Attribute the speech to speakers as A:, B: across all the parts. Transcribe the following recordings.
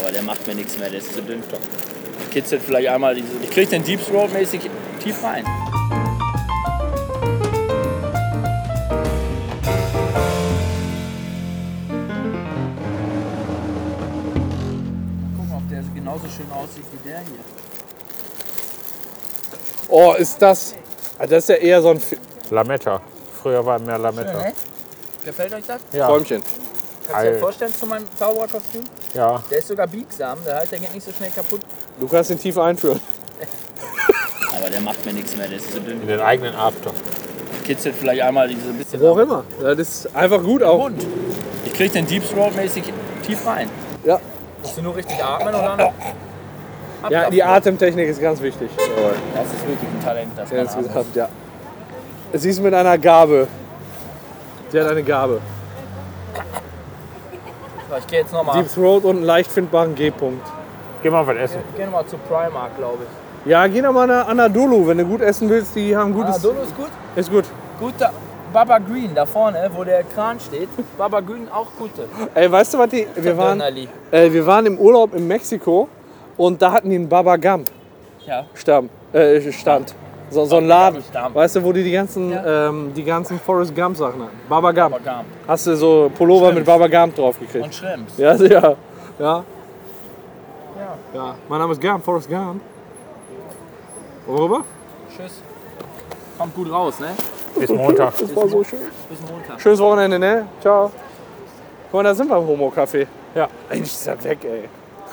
A: Aber der macht mir nichts mehr, der ist zu dünn.
B: Kitzelt vielleicht einmal. diese- Ich krieg den Deep Throat mäßig tief rein. Guck mal, ob der genauso schön aussieht wie der hier.
C: Oh, ist das. Ah, Das ist ja eher so ein F-
D: Lametta. Früher war mehr Lametta.
B: Gefällt euch das?
D: Ja.
C: Bäumchen.
B: Kannst du dir
D: Ei.
B: vorstellen zu meinem Zaubererkostüm?
D: ja.
B: Der ist sogar biegsam, der halt der geht nicht so schnell kaputt.
C: Du kannst ihn tief einführen.
A: Aber der macht mir nichts mehr, der ist zu dünn.
D: In den eigenen After.
B: Kitzelt vielleicht einmal diese bisschen.
C: Wo auch immer. Das ist einfach gut auch.
B: Mund. Ich krieg den Deep Throat mäßig tief rein.
C: Ja.
B: Musst du nur richtig atmen und dann.
C: Ja, die Atemtechnik ist ganz wichtig.
B: Das ist wirklich ein Talent, das
C: Ja,
B: man
C: das
B: haben.
C: gesagt, ja. Sie ist mit einer Gabe. Sie hat eine Gabe.
B: So, Ich gehe jetzt nochmal.
C: Deep Throat und einen leicht findbaren G-Punkt.
D: Geh mal was essen.
B: Geh nochmal zu Primark, glaube ich.
C: Ja, geh doch mal nach Anadolu, wenn du gut essen willst. Die haben gutes.
B: Anadolu ist Ah, gut.
C: Ist gut.
B: Guter Baba Green da vorne, wo der Kran steht. Baba Green auch gute.
C: Ey, weißt du was? Die, wir, waren,
B: Dönerli.
C: äh, wir waren im Urlaub in Mexiko und da hatten die einen Baba Gump
B: Ja.
C: Stamm, äh, Stand. So, so ein Laden.
B: Stamm.
C: Weißt du, wo die die ganzen,
B: Ja.
C: ähm, die ganzen Forrest Gump Sachen hatten? Baba Gump.
B: Baba Gump.
C: Hast du so Pullover
B: Stimmt.
C: mit Baba Gump drauf gekriegt?
B: Und Schrimps.
C: Ja, sicher.
B: Ja.
C: Ja. ja. Mein Name ist Gump, Forrest Gump. Worüber?
B: Tschüss. Kommt gut raus, ne?
D: Bis Montag.
C: Das war so schön.
B: Bis Montag.
C: Schönes Wochenende, ne? Ciao. Guck mal, da sind wir im Homo-Café.
D: Ja.
C: Mensch, ist das weg, ey.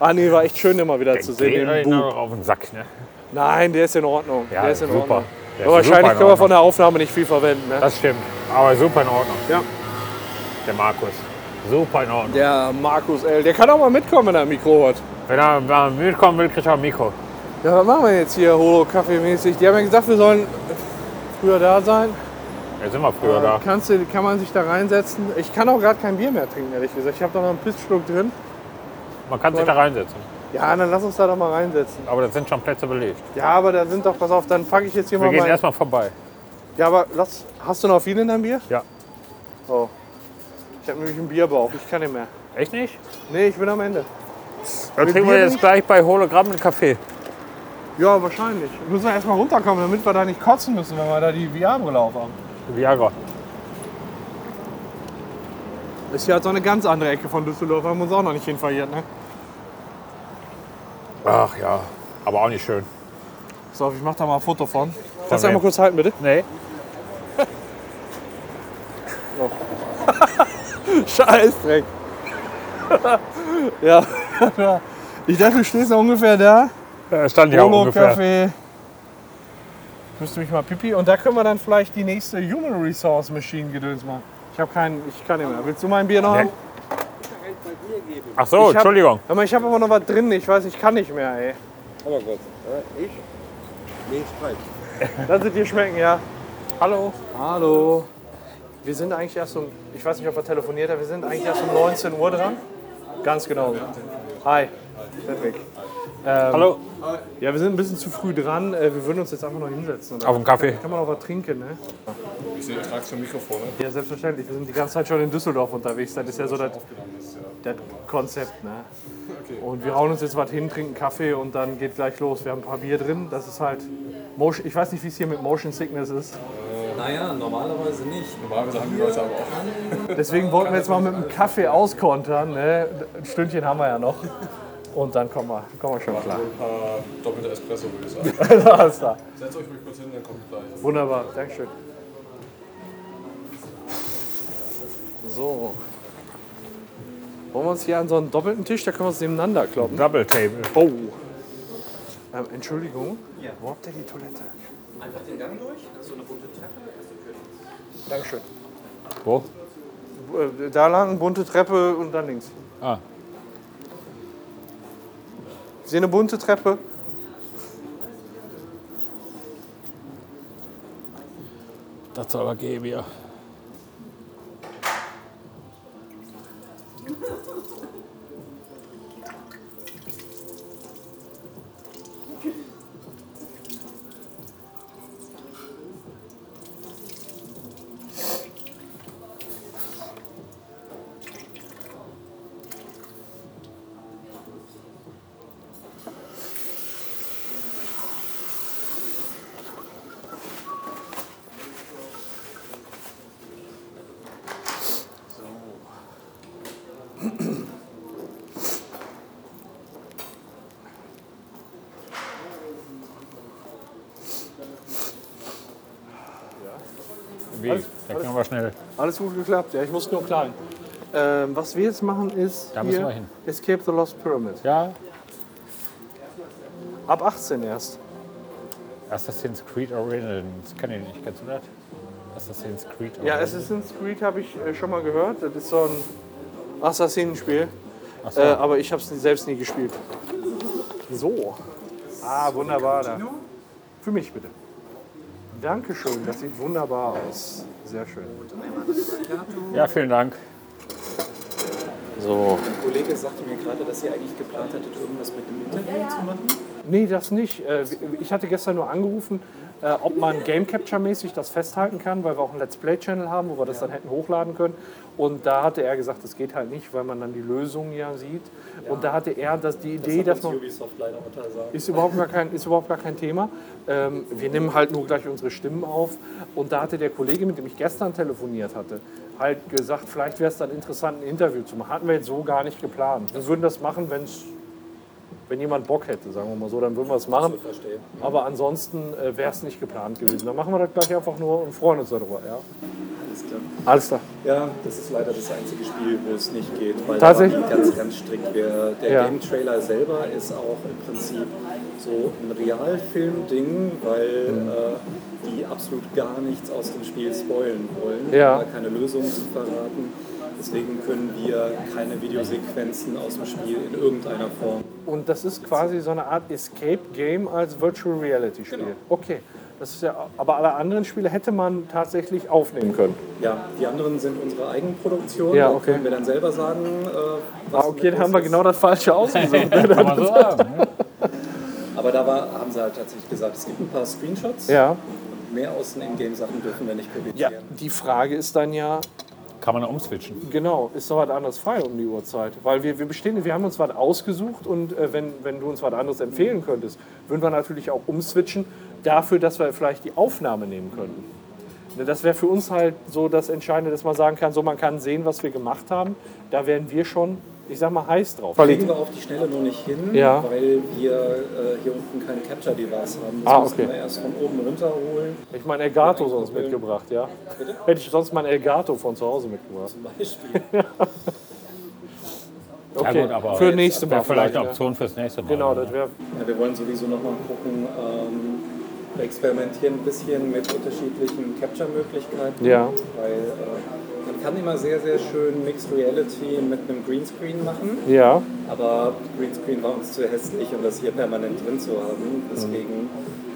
C: ah, nee, war echt schön, immer wieder zu sehen.
D: Geh
C: Den
D: ihnen
C: Bu.
D: noch auf den Sack, ne?
C: Nein, der ist in Ordnung.
D: Ja,
C: der ist in
D: super.
C: Ordnung.
D: Der
C: Aber
D: ist super
C: wahrscheinlich
D: in
C: können wir
D: Ordnung.
C: von der Aufnahme nicht viel verwenden. Ne?
D: Das stimmt. Aber super in Ordnung.
C: Ja.
D: Der Markus. Super in Ordnung.
C: Der Markus L., der kann auch mal mitkommen, wenn er ein Mikro hat.
D: Wenn er wenn er müde kommen will, kriegt er ein Mikro.
C: Ja, was machen wir jetzt hier Holo-Kaffee-mäßig? Die haben ja gesagt, wir sollen früher da sein.
D: Jetzt sind wir früher
C: Äh,
D: da.
C: Kannst du, kann man sich da reinsetzen? Ich kann auch gerade kein Bier mehr trinken, ehrlich gesagt. Ich habe da noch einen Pissschluck drin.
D: Man kann sich da reinsetzen.
C: Ja, dann lass uns da doch mal reinsetzen.
D: Aber das sind schon Plätze belegt.
C: Ja, aber da sind doch, pass auf, dann fange ich jetzt hier
D: Wir
C: mal
D: gehen
C: mein...
D: erstmal vorbei.
C: Ja, aber lass, hast du noch viel in deinem Bier?
D: Ja.
C: Oh. Ich habe nämlich einen Bierbauch, ich kann nicht mehr.
D: Echt nicht?
C: Nee, ich bin am Ende.
D: Dann
C: Mit
D: kriegen wir
C: Bier
D: jetzt
C: nicht?
D: gleich bei Hologramm einen Kaffee.
C: Ja, wahrscheinlich. Müssen wir erstmal runterkommen, damit wir da nicht kotzen müssen, wenn wir da die VR-Brille aufhaben.
D: Viagra.
C: Ist ja jetzt auch eine ganz andere Ecke von Düsseldorf, haben wir uns auch noch nicht hin verirrt, ne?
D: Ach ja. Aber auch nicht schön.
C: So, ich mach da mal ein Foto von. Kannst
D: wem?
C: du einmal kurz halten, bitte?
D: Nee.
C: Scheißdreck. ja. Ich dachte, du stehst ja ungefähr da.
D: Äh, Stand ja
C: Polo,
D: ungefähr.
C: Kaffee. Müsste mich mal pipi. Und da können wir dann vielleicht die nächste Human Resource Machine gedöns machen. Ich habe keinen, ich kann nicht mehr. Willst du mein Bier noch
D: Nee.
C: haben?
D: Ach so,
C: Ich hab-
D: Oh, Entschuldigung.
C: Hör mal, ich habe aber noch was drin. Ich weiß, ich kann nicht mehr, ey.
E: Aber Gott, äh, ich? Nee, Streit.
C: Lass es dir schmecken, ja. Hallo. Hallo. Wir sind eigentlich erst um, ich weiß nicht, ob wir telefoniert haben, wir sind eigentlich erst um 19 Uhr dran. Ganz genau. Hi. Patrick. Ähm,
D: Hallo.
C: Ja, wir sind ein bisschen zu früh dran. Äh, Wir würden uns jetzt einfach noch hinsetzen. Oder?
D: Auf den Kaffee.
C: Kann man noch was trinken, ne?
E: Ich sehe, trage schon Mikrofone.
C: Ja, selbstverständlich. Wir sind die ganze Zeit schon in Düsseldorf unterwegs. Das ist ja so das, das Konzept. Ne? Und wir hauen uns jetzt was hin, trinken Kaffee und dann geht gleich los. Wir haben ein paar Bier drin. Das ist halt. Motion, ich weiß nicht, wie es hier mit Motion Sickness ist.
F: Naja, Äh, normalerweise nicht.
E: Normalerweise haben die Leute aber auch.
C: Deswegen wollten wir jetzt mal mit einem Kaffee auskontern. Ne? Ein Stündchen haben wir ja noch. Und dann kommen wir, kommen wir schon klar.
E: Ein paar doppelte Espresso, würde ich sagen.
C: Alles klar.
E: Setzt euch ruhig kurz hin, dann kommt gleich.
C: Wunderbar, Dankeschön. So. Wollen wir uns hier an so einen doppelten Tisch, da können wir uns nebeneinander kloppen.
D: Double Table.
C: Oh. Ähm, Entschuldigung, wo habt ihr die Toilette? Einfach den
D: Wo?
C: Gang durch, so eine bunte Treppe. Dankeschön. Äh, Da lang, bunte Treppe und dann links.
D: Ah.
C: Sehe eine bunte Treppe.
D: Das soll aber gehen, ja. Wie? da können wir schnell.
C: Alles gut geklappt, ja, ich muss nur klein. Ähm, was wir jetzt machen ist
D: Da müssen wir
C: hier
D: hin.
C: Escape the Lost Pyramid.
D: Ja,
C: Ab 18 erst.
D: Assassin's Creed Origins. Kann ich nicht. Kennst du das? Assassin's Creed Origins.
C: Ja, Assassin's Creed habe ich äh, schon mal gehört. Das ist so ein Assassinenspiel.
D: so.
C: Äh, aber ich habe es selbst nie gespielt. So. Ah, wunderbar. Da. Für mich bitte. Dankeschön, das sieht wunderbar aus. Sehr schön.
D: ja, vielen Dank.
C: So.
F: Ein Kollege sagte mir gerade, dass ihr eigentlich geplant hattet, irgendwas mit dem Interview zu machen.
C: Nee, das nicht. Äh, Ich hatte gestern nur angerufen, äh, ob man Game Capture-mäßig das festhalten kann, weil wir auch einen Let's Play-Channel haben, wo wir das dann hätten hochladen können. Und da hatte er gesagt, das geht halt nicht, weil man dann die Lösungen ja sieht. Und da hatte er das, die Idee, dass man.
F: Ubisoft leider untersagt.
C: Ist überhaupt gar kein, ist überhaupt gar kein Thema. Ähm, wir nehmen halt nur gleich unsere Stimmen auf. Und da hatte der Kollege, mit dem ich gestern telefoniert hatte, halt gesagt, vielleicht wäre es dann interessant, ein Interview zu machen. Hatten wir jetzt so gar nicht geplant. Wir würden das machen, wenn's, wenn jemand Bock hätte, sagen wir mal so, dann würden wir es machen. Aber ansonsten äh, wäre es nicht geplant gewesen. Dann machen wir das gleich einfach nur und freuen uns darüber. Ja.
F: Alles klar.
C: Alles klar.
F: Ja, das ist leider das einzige Spiel, wo es nicht geht, weil
C: Tatsächlich?
F: da waren die ganz, ganz strikt wäre. Der
C: Ja.
F: Game Trailer selber ist auch im Prinzip so ein Realfilm-Ding, weil
C: Mhm.
F: äh, die absolut gar nichts aus dem Spiel spoilen wollen,
C: Ja.
F: um da keine Lösung zu verraten. Deswegen können wir keine Videosequenzen aus dem Spiel in irgendeiner Form.
C: Und das ist quasi so eine Art Escape Game als Virtual Reality Spiel. Okay. Das ist ja, aber alle anderen Spiele hätte man tatsächlich aufnehmen können.
F: Ja, die anderen sind unsere Eigenproduktion.
C: Ja,
F: Da
C: okay.
F: Können wir dann selber sagen, äh, was
C: Ah, okay,
F: mit
C: dann haben wir
F: uns ist.
C: genau das Falsche ausgesucht.
D: Kann man so sagen. ne?
F: Aber da war, haben sie halt tatsächlich gesagt, es gibt ein paar Screenshots.
C: ja.
F: Mehr außen in Game Sachen dürfen wir nicht
C: ja,
F: publizieren.
C: die Frage ist dann ja,
D: Kann man umswitchen.
C: genau, ist doch was anderes frei um die Uhrzeit? Weil wir, wir bestehen, wir haben uns was ausgesucht und äh, wenn, wenn du uns was anderes empfehlen könntest, würden wir natürlich auch umswitchen dafür, dass wir vielleicht die Aufnahme nehmen könnten. Ne, Das wäre für uns halt so das Entscheidende, dass man sagen kann, so man kann sehen, was wir gemacht haben. Da wären wir schon, ich sag mal, heiß drauf.
F: Kriegen wir auf die Schnelle nur nicht hin,
C: Ja.
F: weil wir äh, hier unten keine Capture Device haben. Das
C: Ah,
F: müssen
C: okay.
F: wir erst von oben runterholen.
C: Hätte ich mein Elgato sonst mitgebracht, ja? Hätte ich sonst mein Elgato von zu Hause mitgebracht.
F: Zum Beispiel.
C: Okay,
D: gut, aber
C: für nächste Mal
D: Wäre vielleicht eine
C: ne?
D: Option fürs nächste Mal.
C: Genau,
D: ne?
C: das wäre
F: ja, wir wollen sowieso nochmal gucken. Ähm, wir experimentieren ein bisschen mit unterschiedlichen Capture-Möglichkeiten.
C: Ja.
F: Weil äh, man kann immer sehr, sehr schön Mixed Reality mit einem Greenscreen machen.
C: Ja,
F: Aber Greenscreen war uns zu hässlich, um das hier permanent drin zu haben. Deswegen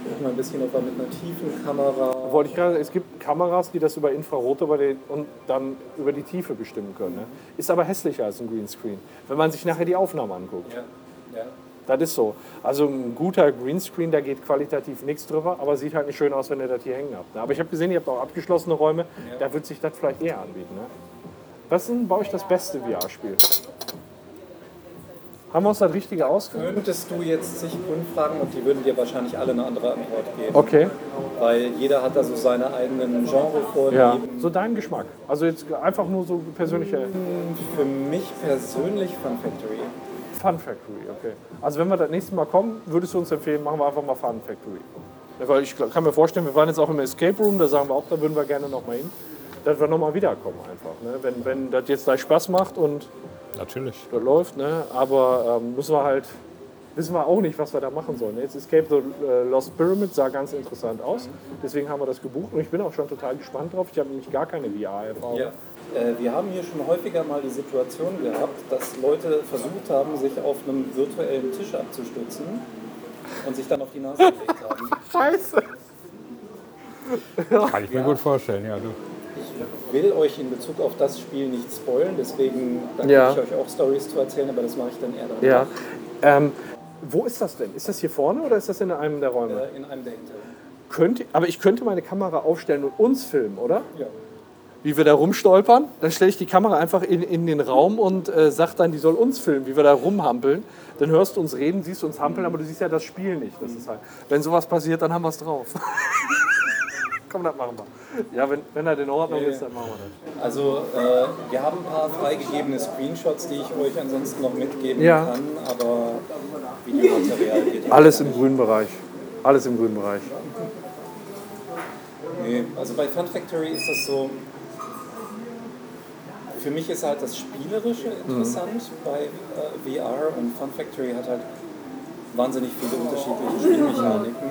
F: gucken wir ein bisschen, ob wir mit einer tiefen Kamera.
C: wollte ich gerade. Es gibt Kameras, die das über Infrarot über den, und dann über die Tiefe bestimmen können. Ne? Ist aber hässlicher als ein Greenscreen, wenn man sich nachher die Aufnahmen anguckt.
F: Ja, ja.
C: Das ist so. Also ein guter Greenscreen, da geht qualitativ nichts drüber, aber sieht halt nicht schön aus, wenn ihr das hier hängen habt. Ne? Aber ich habe gesehen, ihr habt auch abgeschlossene Räume. Da wird sich das vielleicht eher anbieten. Ne? Was ist denn bei euch das beste VR-Spiel? Haben wir uns das Richtige ausgesucht?
F: Könntest du jetzt zig Kunden fragen und die würden dir wahrscheinlich alle eine andere Antwort geben.
C: Okay.
F: Weil jeder hat da so seine eigenen Genrevorlieben.
C: Ja. So dein Geschmack. Also jetzt einfach nur so persönliche.
F: Für mich persönlich Fun Factory.
C: Fun Factory, okay. Also wenn wir das nächste Mal kommen, würdest du uns empfehlen, machen wir einfach mal Fun Factory. Ja, Weil ich gl- kann mir vorstellen, wir waren jetzt auch im Escape Room, da sagen wir auch, da würden wir gerne nochmal hin, dass wir nochmal wiederkommen einfach. Ne? Wenn, wenn das jetzt gleich Spaß macht und
D: Natürlich.
C: das läuft, ne? aber ähm, müssen wir halt, wissen wir auch nicht, was wir da machen sollen. ne? Jetzt Escape the äh, Lost Pyramid sah ganz interessant aus, deswegen haben wir das gebucht und ich bin auch schon total gespannt drauf. Ich habe nämlich gar keine VR-Erfahrung.
F: Ja. Äh, Wir haben hier schon häufiger mal die Situation gehabt, dass Leute versucht haben, sich auf einem virtuellen Tisch abzustützen und sich dann auf die Nase gelegt haben.
C: Scheiße!
D: Kann ich mir gut vorstellen, ja. Du.
F: will euch in Bezug auf das Spiel nicht spoilen, deswegen da
C: Ja.
F: kann ich euch auch Stories zu erzählen, aber das mache ich dann eher dann
C: Ja. Ähm, wo ist das denn? Ist das hier vorne oder ist das in einem der Räume?
F: äh, in einem der Interviews.
C: Könnte, aber ich könnte meine Kamera aufstellen und uns filmen, oder?
F: Ja.
C: Wie wir da rumstolpern, dann stelle ich die Kamera einfach in, in den Raum und äh, sag dann, die soll uns filmen, wie wir da rumhampeln. Dann hörst du uns reden, siehst uns hampeln, aber du siehst ja das Spiel nicht. Das ist halt, wenn sowas passiert, dann haben wir es drauf. komm, das machen wir. Ja, wenn, wenn das in Ordnung
F: Ja, ja.
C: ist, dann machen wir das.
F: Also äh, wir haben ein paar freigegebene Screenshots, die ich euch ansonsten noch mitgeben
C: Ja.
F: kann, aber Videomaterial geht ja
C: Alles im grünen Bereich. Alles im grünen Bereich.
F: Nee, also bei Fun Factory ist das so. Für mich ist halt das Spielerische interessant bei äh, VR und Fun Factory hat halt wahnsinnig viele unterschiedliche Spielmechaniken.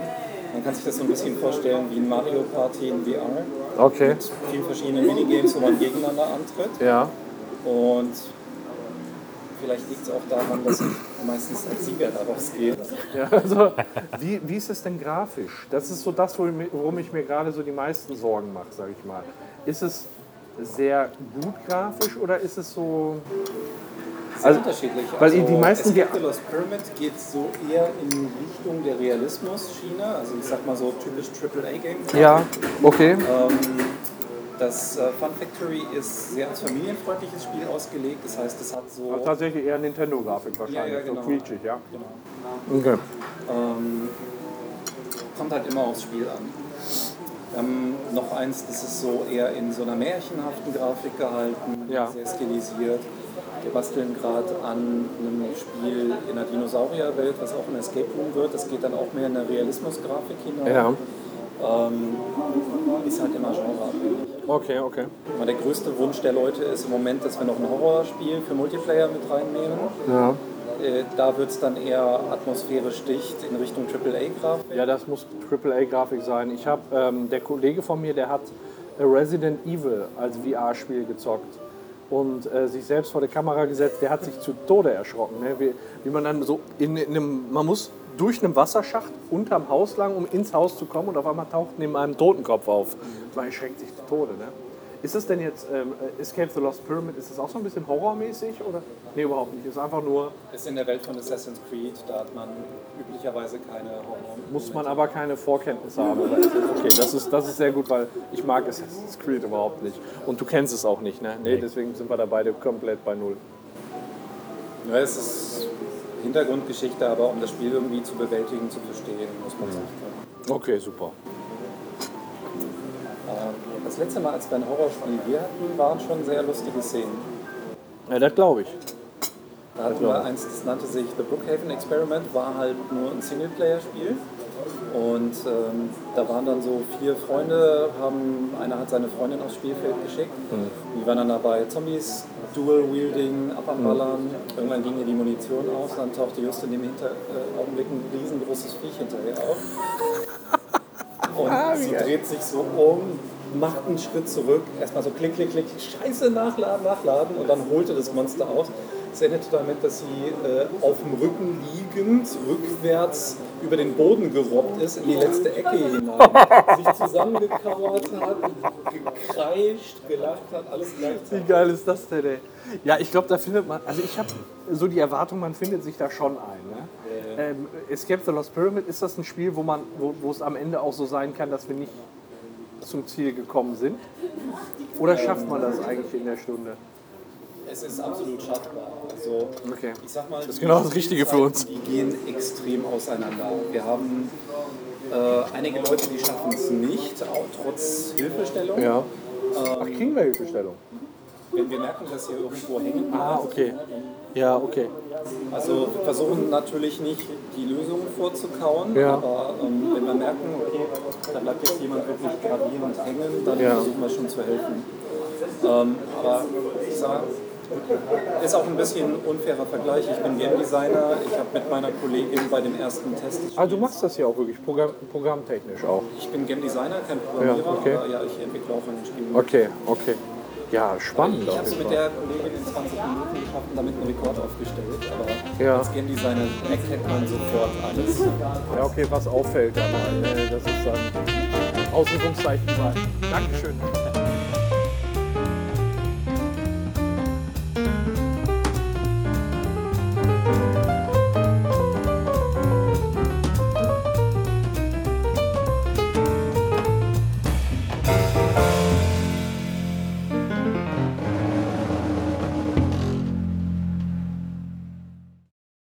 F: Man kann sich das so ein bisschen vorstellen wie ein Mario Party in VR.
C: Okay.
F: Viele verschiedene Minigames, wo man gegeneinander antritt.
C: Ja.
F: Und vielleicht liegt es auch daran, dass ich meistens als Sieger daraus gehe.
C: Ja, also, wie, wie ist es denn grafisch? Das ist so das, worum ich- worum ich mir gerade so die meisten Sorgen mache, sage ich mal. Ist es sehr gut grafisch oder ist es so...
F: Sehr
C: Also,
F: unterschiedlich.
C: weil die meisten
F: es
C: ge-
F: gibt The Lost Pyramid geht so eher in Richtung der Realismus-Schiene, also ich sag mal so typisch AAA-Game.
C: Ja, okay.
F: Ähm, das äh, Fun Factory ist sehr als familienfreundliches Spiel ausgelegt, das heißt, es hat so.
C: Also tatsächlich eher Nintendo-Grafik wahrscheinlich,
F: Ja, ja, genau.
C: so quietschig, ja.
F: Genau.
C: Okay.
F: Ähm, kommt halt immer aufs Spiel an. Ähm, noch eins, das ist so eher in so einer märchenhaften Grafik gehalten,
C: Ja.
F: sehr stilisiert. Wir basteln gerade an einem Spiel in der Dinosaurierwelt, was auch ein Escape Room wird. Das geht dann auch mehr in eine Realismusgrafik hinein.
C: Ja,
F: Ähm, ist halt immer genreabhängig.
C: okay, okay.
F: Aber der größte Wunsch der Leute ist im Moment, dass wir noch ein Horrorspiel für Multiplayer mit reinnehmen.
C: Ja.
F: Äh, da wird es dann eher atmosphärisch dicht in Richtung AAA-Grafik.
C: Ja, das muss AAA-Grafik sein. Ich habe, ähm, der Kollege von mir, der hat äh, Resident Evil als VR-Spiel gezockt und äh, sich selbst vor der Kamera gesetzt. Der hat sich zu Tode erschrocken. Ne? Wie, wie man dann so in, in einem, man muss durch einen Wasserschacht unterm Haus lang, um ins Haus zu kommen und auf einmal taucht neben einem Totenkopf auf. Man erschreckt sich zu Tode, ne? Ist das denn jetzt, ähm, Escape the Lost Pyramid, ist das auch so ein bisschen horrormäßig oder? Nee, überhaupt nicht. Ist einfach nur,
F: Ist in der Welt von Assassin's Creed, da hat man üblicherweise keine Horror.
C: muss man aber keine Vorkenntnisse haben. Oder ist das Okay, das ist, das ist sehr gut, weil ich mag Assassin's Creed überhaupt nicht. Und du kennst es auch nicht, ne? Nee, deswegen sind wir da beide komplett bei Null.
F: Ja, es ist Hintergrundgeschichte, aber um das Spiel irgendwie zu bewältigen, zu verstehen, muss man sagen.
C: Okay, super.
F: Ähm, Das letzte Mal, als wir ein Horrorspiel hier hatten, waren schon sehr lustige Szenen.
C: Ja, das glaube ich.
F: Da hatten wir eins, das nannte sich The Brookhaven Experiment, war halt nur ein Singleplayer-Spiel. Und ähm, da waren dann so vier Freunde, haben, einer hat seine Freundin aufs Spielfeld geschickt. Die waren dann dabei Zombies, Dual-Wielding, Abballern. Irgendwann ging ihr die Munition aus, dann tauchte just in dem Hinter äh, Augenblick ein riesengroßes Viech hinterher auf. Und sie dreht sich so um, macht einen Schritt zurück, erstmal so klick, klick, klick, scheiße, nachladen, nachladen und dann holte das Monster aus. Es endete damit, dass sie äh, auf dem Rücken liegend, rückwärts über den Boden gerobbt ist, in die letzte Ecke hinein, sich zusammengekauert hat, gekreischt, gelacht hat, alles gleichzeitig.
C: Wie geil ist das denn, ey? Ja, ich glaube, da findet man, also ich habe so die Erwartung, man findet sich da schon ein. Ne? Ähm, Escape the Lost Pyramid, ist das ein Spiel, wo man, wo, wo es am Ende auch so sein kann, dass wir nicht zum Ziel gekommen sind? Oder schafft man das eigentlich in der Stunde?
F: Es ist absolut schaffbar. Also,
C: Okay.
F: ich sag mal, das
C: ist genau das Richtige für uns.
F: Die gehen extrem auseinander. Wir haben äh, einige Leute, die schaffen es nicht, auch trotz Hilfestellung.
C: Ja. Ach, kriegen wir Hilfestellung?
F: Wenn wir merken, dass hier irgendwo hängen bleibt.
C: Ah, okay. Ja, okay.
F: Also wir versuchen natürlich nicht die Lösungen vorzukauen,
C: Ja.
F: aber ähm, wenn wir merken, okay, da bleibt jetzt jemand wirklich gravierend hängen, dann
C: Ja.
F: versuchen wir schon zu helfen. Ähm, aber ich sage, ist auch ein bisschen ein unfairer Vergleich. Ich bin Game Designer, ich habe mit meiner Kollegin bei dem ersten Test.
C: Ah, du machst das ja auch wirklich Programm, programmtechnisch auch.
F: Ich bin Game Designer, kein Programmierer,
C: Ja, okay.
F: aber ja, ich entwickle auch in den Spielen.
C: Okay, okay. Ja, spannend
F: Ich
C: auf
F: habe es
C: jeden
F: mit
C: Fall.
F: der Kollegin in 20 Minuten geschafft und damit einen Rekord aufgestellt. Aber
C: Ja.
F: als Game Designer erkennt man sofort alles.
C: Ja, okay, was auffällt, dann, äh, das ist dann Ausrufungszeichen sein. Dankeschön.